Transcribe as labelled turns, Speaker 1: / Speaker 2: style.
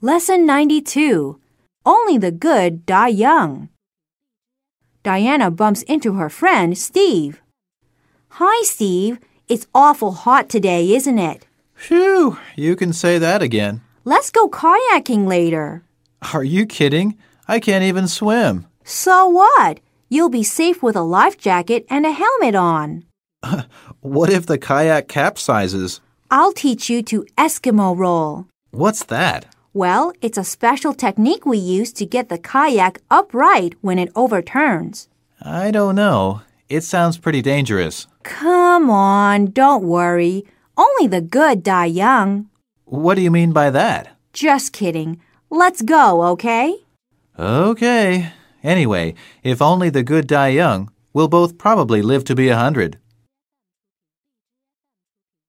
Speaker 1: Lesson 92 Only the Good Die Young. Diana bumps into her friend, Steve. Hi, Steve. It's awful hot today, isn't it?
Speaker 2: Phew, you can say that again.
Speaker 1: Let's go kayaking later.
Speaker 2: Are you kidding? I can't even swim.
Speaker 1: So what? You'll be safe with a life jacket and a helmet on.
Speaker 2: What if the kayak capsizes?
Speaker 1: I'll teach you to Eskimo roll.
Speaker 2: What's that?
Speaker 1: Well, it's a special technique we use to get the kayak upright when it overturns.
Speaker 2: I don't know. It sounds pretty dangerous.
Speaker 1: Come on, don't worry. Only the good die young.
Speaker 2: What do you mean by that?
Speaker 1: Just kidding. Let's go, okay?
Speaker 2: Okay. Anyway, if only the good die young, we'll both probably live to be a hundred.